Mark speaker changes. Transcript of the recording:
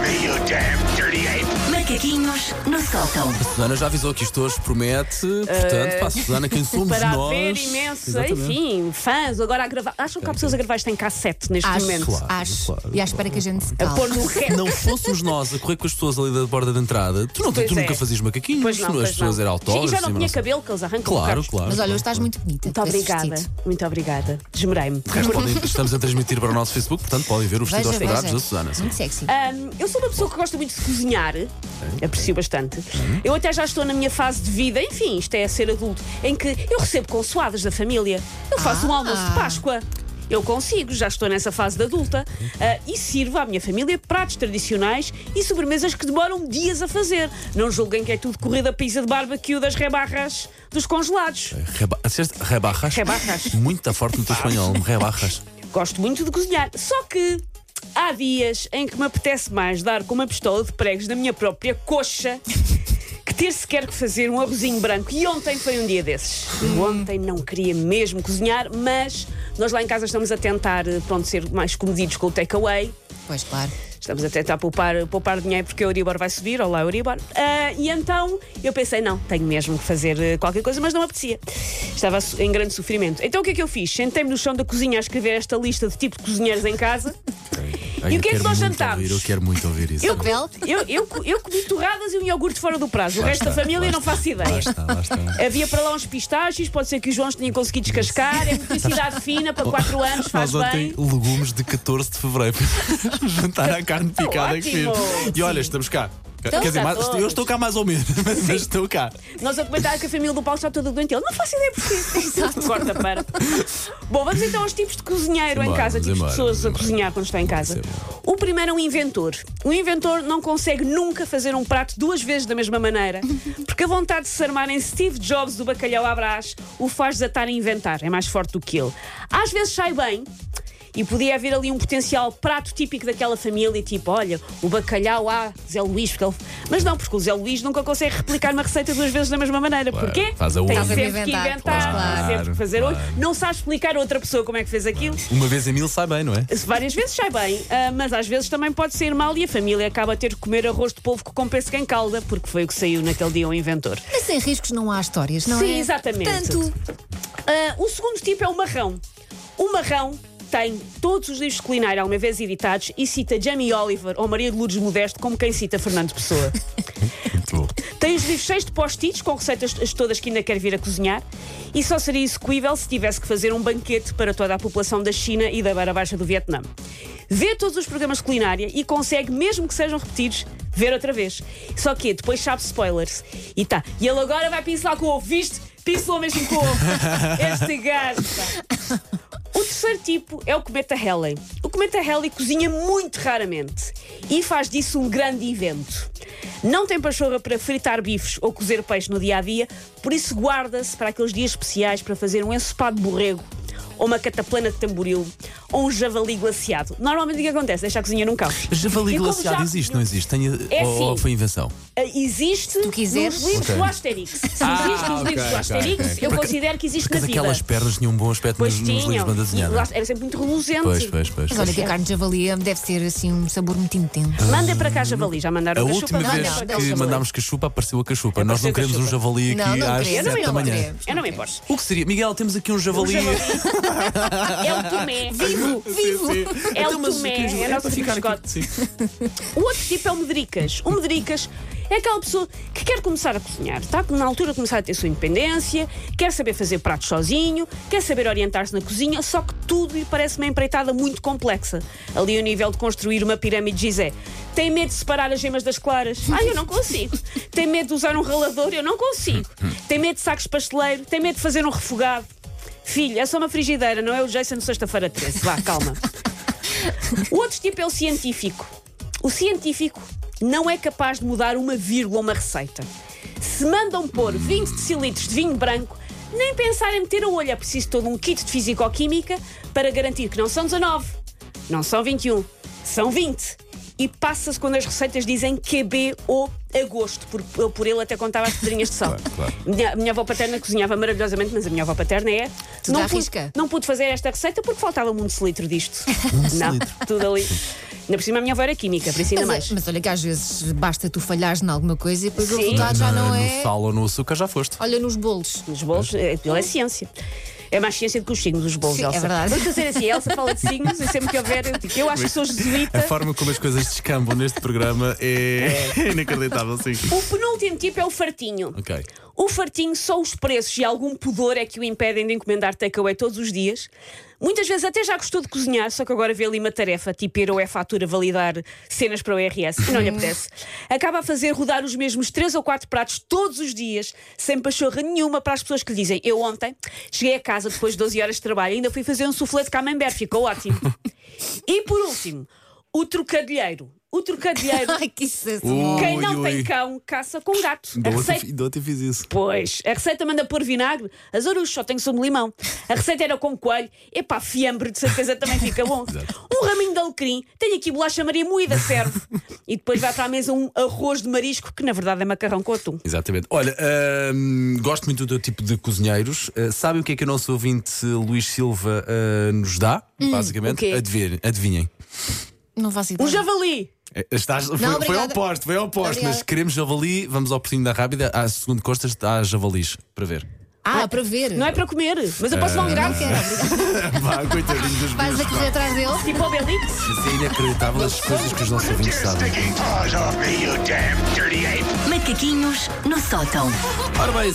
Speaker 1: me, you damn dirty ape!
Speaker 2: Macaquinhos no sótão.
Speaker 3: Susana já avisou que isto hoje promete, portanto, para a Susana, quem somos
Speaker 4: Eh, para
Speaker 3: nós.
Speaker 4: haver imensos,
Speaker 3: Exatamente.
Speaker 4: enfim, fãs agora a gravar. Acham que há pessoas a gravar isto em cassete neste
Speaker 5: Acho,
Speaker 4: momento?
Speaker 3: Claro,
Speaker 5: acho.
Speaker 3: claro,
Speaker 5: e à espera que a gente se
Speaker 4: A pôr
Speaker 5: calme.
Speaker 4: no
Speaker 3: Se
Speaker 4: rec.
Speaker 3: não fôssemos nós a correr com as pessoas ali da borda de entrada, tu, não, tu
Speaker 4: Pois é.
Speaker 3: nunca fazias macaquinhos,
Speaker 4: Pois não,
Speaker 3: as
Speaker 4: pois
Speaker 3: pessoas
Speaker 4: não.
Speaker 3: eram autógrafos.
Speaker 4: E já não
Speaker 3: e
Speaker 4: tinha
Speaker 3: sei.
Speaker 4: cabelo, que eles arrancam o
Speaker 3: Claro,
Speaker 4: cacho.
Speaker 3: claro.
Speaker 5: Mas olha, hoje
Speaker 3: claro,
Speaker 5: estás
Speaker 3: claro.
Speaker 5: muito bonita.
Speaker 4: Muito
Speaker 5: com esse
Speaker 4: obrigada,
Speaker 5: vestido.
Speaker 4: muito obrigada. Desmerei-me.
Speaker 3: Mas podem- estamos a transmitir para o nosso Facebook, portanto podem ver o vestido
Speaker 5: Veja,
Speaker 3: aos quadrados
Speaker 5: veja.
Speaker 3: da Susana. sim.
Speaker 5: Muito sexy.
Speaker 4: Ahm, eu sou uma pessoa que gosta muito de cozinhar, aprecio bastante. Eu até já estou na minha fase de vida, enfim, isto é ser adulto, em que eu recebo consoadas da família. Eu faço um
Speaker 5: Ah.
Speaker 4: almoço de Páscoa. Eu consigo, já estou nessa fase de adulta, ah, e sirvo à minha família pratos tradicionais e sobremesas que demoram dias a fazer. Não julguem que é tudo corrida pizza de barbecue das rebarras dos congelados.
Speaker 3: Reba- disseste Rebarras?
Speaker 4: Rebarras.
Speaker 3: Muito forte no teu espanhol, rebarras.
Speaker 4: Gosto muito de cozinhar, só que há dias em que me apetece mais dar com uma pistola de pregos na minha própria coxa que ter sequer que fazer um arrozinho branco. E ontem foi um dia desses. Eu Ontem não queria mesmo cozinhar, mas nós lá em casa estamos a tentar eh, pronto, ser mais comedidos com o takeaway.
Speaker 5: Pois, claro.
Speaker 4: Estamos a tentar poupar, poupar dinheiro porque o Euribor vai subir. Olá, Euribor. Ah, e então eu pensei, não, tenho mesmo que fazer eh, qualquer coisa, mas não apetecia. Estava su- em grande sofrimento. Então o que é que eu fiz? Sentei-me no chão da cozinha a escrever esta lista de tipo de cozinheiros em casa.
Speaker 3: Ai,
Speaker 4: E
Speaker 3: eu
Speaker 4: o que é que
Speaker 3: quero
Speaker 4: nós
Speaker 3: muito
Speaker 4: jantámos?
Speaker 3: ouvir, Eu quero muito ouvir isso.
Speaker 5: Eu, Bel,
Speaker 4: Eu, eu, co- eu comi torradas e um iogurte fora do prazo. O
Speaker 3: Lá
Speaker 4: resto da
Speaker 3: está, lá
Speaker 4: família não faço
Speaker 3: Lá
Speaker 4: ideia.
Speaker 3: está, Ah, lá está.
Speaker 4: Havia para lá uns pistaches, pode ser que os João tenham conseguido descascar. É motricidade fina para 4 anos, faz
Speaker 3: Nós ontem
Speaker 4: bem.
Speaker 3: legumes de 14 de fevereiro. Jantar à carne picada que fiz.
Speaker 4: Ótimo.
Speaker 3: E olha, estamos cá. Quer
Speaker 4: cá
Speaker 3: dizer, mais-
Speaker 4: todos.
Speaker 3: eu estou cá mais ou menos, mas estou cá.
Speaker 4: Nós a comentar que a família do Paulo está toda doente. Ele não faço ideia porquê. Corta para. Bom, vamos então aos tipos de cozinheiro em
Speaker 3: Embora,
Speaker 4: casa,
Speaker 3: vamos
Speaker 4: tipos
Speaker 3: embora,
Speaker 4: de pessoas
Speaker 3: vamos
Speaker 4: a
Speaker 3: embora.
Speaker 4: cozinhar quando estão em casa.
Speaker 3: Vamos embora.
Speaker 4: O primeiro é um inventor. O inventor não consegue nunca fazer um prato duas vezes da mesma maneira, porque a vontade de se armar em Steve Jobs do bacalhau à brás o faz desatar a inventar. É mais forte do que ele. Às vezes sai bem. E podia haver ali um potencial prato típico daquela família, tipo, olha, o bacalhau à Zé Luís. Porque ele... Mas não, porque o Zé Luís nunca consegue replicar uma receita duas vezes da mesma maneira.
Speaker 3: Claro,
Speaker 4: Porquê?
Speaker 3: faz a
Speaker 4: Tem
Speaker 3: outra.
Speaker 4: sempre
Speaker 5: Estás a
Speaker 4: que
Speaker 5: inventar,
Speaker 4: inventar,
Speaker 3: claro.
Speaker 4: sempre que fazer
Speaker 3: Claro.
Speaker 4: hoje. Não sabe explicar a outra pessoa como é que fez aquilo.
Speaker 3: Uma vez em mil sai bem, não é?
Speaker 4: Várias vezes sai bem, ah, mas às vezes também pode sair mal e a família acaba a ter que comer arroz de polvo que compensa quem calda, porque foi o que saiu naquele dia o inventor.
Speaker 5: mas sem riscos não há histórias, não é?
Speaker 4: Sim, exatamente.
Speaker 5: Tanto.
Speaker 4: Ah, o segundo tipo é o marrão. O marrão tem todos os livros de culinária alguma vez editados e cita Jamie Oliver ou Maria de Lourdes Modesto como quem cita Fernando Pessoa.
Speaker 3: Muito bom.
Speaker 4: Tem os livros cheios de post-its com receitas as todas que ainda quer vir a cozinhar e só seria execuível se tivesse que fazer um banquete para toda a população da China e da Beira Baixa do Vietnã. Vê todos os programas de culinária e consegue, mesmo que sejam repetidos, ver outra vez. Só que depois sabe spoilers. E tá. E ele agora vai pincelar com o ovo, viste? Pincelou mesmo com o ovo. Este gajo. pá. O terceiro tipo é o Cometa Halley. O Cometa Halley cozinha muito raramente e faz disso um grande evento. Não tem pachorra para fritar bifes ou cozer peixe no dia a dia, por isso guarda-se para aqueles dias especiais para fazer um ensopado de borrego, ou uma cataplana de tamboril, ou um javali glaciado. Normalmente o que acontece? Deixa a cozinha num caos.
Speaker 3: Javali
Speaker 4: E como
Speaker 3: glaciado
Speaker 4: já-
Speaker 3: existe, não existe? Tenho-
Speaker 4: É
Speaker 3: ou, ou
Speaker 4: sim.
Speaker 3: foi invenção?
Speaker 4: Ah, Existe
Speaker 5: tu quiseres.
Speaker 4: nos livros do Asterix. Se existe nos
Speaker 3: Ah, ok,
Speaker 4: livros do
Speaker 3: ok,
Speaker 4: Asterix,
Speaker 3: ok.
Speaker 4: eu considero que existe na
Speaker 3: Mas
Speaker 4: vida.
Speaker 3: aquelas pernas tinham um bom aspecto
Speaker 4: Pois
Speaker 3: nos, nos livros de
Speaker 4: tinham.
Speaker 3: banda
Speaker 4: E
Speaker 3: desenhada.
Speaker 4: lá Era sempre muito reluzente.
Speaker 3: Pois, pois, pois.
Speaker 5: Mas olha que a carne de javali deve ser assim um sabor muito intenso.
Speaker 4: Manda para cá javali, já mandaram
Speaker 3: A
Speaker 4: cachupa,
Speaker 3: última
Speaker 4: manda
Speaker 3: vez
Speaker 4: para cá
Speaker 3: que
Speaker 4: javali.
Speaker 3: mandámos cachupa apareceu a cachupa. Nós não
Speaker 4: Apareceu
Speaker 3: queremos um
Speaker 4: cachupa.
Speaker 3: javali aqui
Speaker 5: Não, não é
Speaker 3: às
Speaker 5: queremos,
Speaker 4: Eu não
Speaker 3: 7
Speaker 4: me
Speaker 3: da
Speaker 4: importo.
Speaker 3: manhã.
Speaker 4: Eu não me importo.
Speaker 3: O que seria? Miguel, temos aqui um javali.
Speaker 4: É o Tomé. Vivo,
Speaker 5: Vivo!
Speaker 4: É
Speaker 3: Então,
Speaker 4: o
Speaker 3: mas
Speaker 4: Tomé,
Speaker 3: queres-
Speaker 4: é o
Speaker 3: para
Speaker 4: nosso
Speaker 3: ficar aqui.
Speaker 4: mascote.
Speaker 3: Sim.
Speaker 4: O outro tipo é o Medricas. O Medricas é aquela pessoa que quer começar a cozinhar, está na altura de começar a ter sua independência, quer saber fazer pratos sozinho, quer saber orientar-se na cozinha, só que tudo lhe parece uma empreitada muito complexa. Ali o nível de construir uma pirâmide Gizé. Tem medo de separar as gemas das claras? Ah, eu não consigo. Tem medo de usar um ralador? Eu não consigo. Tem medo de sacos de pasteleiro? Tem medo de fazer um refogado? Filho, é só uma frigideira, não é o Jason de sexta-feira 13. Vá, calma. O outro tipo é o científico. O científico não é capaz de mudar uma vírgula a uma receita. Se mandam pôr 20 decilitros de vinho branco, nem pensar em meter o olho. É preciso todo um kit de fisicoquímica para garantir que não são 19, não são 21, são 20. E passa-se quando as receitas dizem QB ou agosto, porque eu por ele até contava as pedrinhas de sal.
Speaker 3: Claro, claro.
Speaker 4: Minha, minha avó paterna cozinhava maravilhosamente, mas a minha avó paterna é.
Speaker 5: Tudo à
Speaker 4: pude-
Speaker 5: risca. Um
Speaker 4: não pude fazer esta receita porque faltava um decilitro disto. não, tudo ali. Ainda por cima a minha avó era química, por isso ainda mais.
Speaker 5: Mas, é, mas olha que às vezes basta tu falhares em alguma coisa e depois o
Speaker 4: Sim.
Speaker 5: resultado já não
Speaker 3: no
Speaker 5: é.
Speaker 3: sal ou no açúcar já foste.
Speaker 5: Olha nos bolos.
Speaker 4: Os bolos, é, aquilo é ciência. É mais ciência do que os signos, os bolos,
Speaker 5: Sim, é
Speaker 4: Elsa.
Speaker 5: verdade.
Speaker 4: Vou dizer assim, a Elsa fala de signos e sempre que houver, eu, digo, eu acho que sou jesuíta.
Speaker 5: É
Speaker 3: A forma como as coisas descambam neste programa é, inacreditável, sim.
Speaker 4: O penúltimo tipo é o fartinho.
Speaker 3: Ok.
Speaker 4: O fartinho, só os preços e algum pudor é que o impedem de encomendar takeaway todos os dias. Muitas vezes até já gostou de cozinhar, só que agora vê ali uma tarefa, tipo ir ao E-Fatura validar cenas para o IRS, e não lhe apetece. Acaba a fazer rodar os mesmos três ou quatro pratos todos os dias, sem pachorra nenhuma para as pessoas que lhe dizem eu ontem cheguei a casa depois de 12 horas de trabalho ainda fui fazer um soufflé de camembert, ficou ótimo. e por último, o trocadilheiro. O trocadilheiro...
Speaker 5: Ai, que é sucesso.
Speaker 3: Uh.
Speaker 4: Quem
Speaker 3: Ui,
Speaker 4: não
Speaker 3: ui.
Speaker 4: tem cão, caça com gato. A
Speaker 3: Ainda
Speaker 4: receita
Speaker 3: ontem, ainda ontem fiz isso.
Speaker 4: Pois, a receita manda pôr vinagre, azarucho, só tenho sumo de limão. A receita era com coelho, epá, fiambre de certeza também fica bom. um raminho de alecrim, tenho aqui bolacha Maria moída, serve. e depois vai para a mesa um arroz de marisco, que na verdade é macarrão com atum.
Speaker 3: Exatamente. Olha, hum, gosto muito do teu tipo de cozinheiros. Uh, sabem o que é que o nosso ouvinte Luís Silva uh, nos dá?
Speaker 4: Hum, o
Speaker 3: basicamente,
Speaker 4: quê?
Speaker 3: Adivinhem- adivinhem.
Speaker 5: Não faço ideia.
Speaker 4: Um javali!
Speaker 3: É, Estás, foi,
Speaker 5: obrigada.
Speaker 3: foi ao posto, foi ao posto,
Speaker 5: Obrigada.
Speaker 3: mas queremos javali, vamos ao Portinho da Rábida, à segundo costas há javalis para ver.
Speaker 5: Ah, para ver.
Speaker 4: Não é para comer, mas eu
Speaker 3: É.
Speaker 4: posso um
Speaker 5: Não
Speaker 4: virar,
Speaker 5: quero, obrigada.
Speaker 3: Vá, coitadinho dos
Speaker 5: Vais
Speaker 3: meus,
Speaker 5: a correr
Speaker 3: pá.
Speaker 5: atrás dele.
Speaker 4: tipo o Belix.
Speaker 3: Isso é inacreditável as coisas que os nossos
Speaker 1: Get your
Speaker 3: ouvintes sabem.
Speaker 1: stinking paws off me, you damn dirty ape!
Speaker 2: Macaquinhos no sótão.
Speaker 3: Ora bem,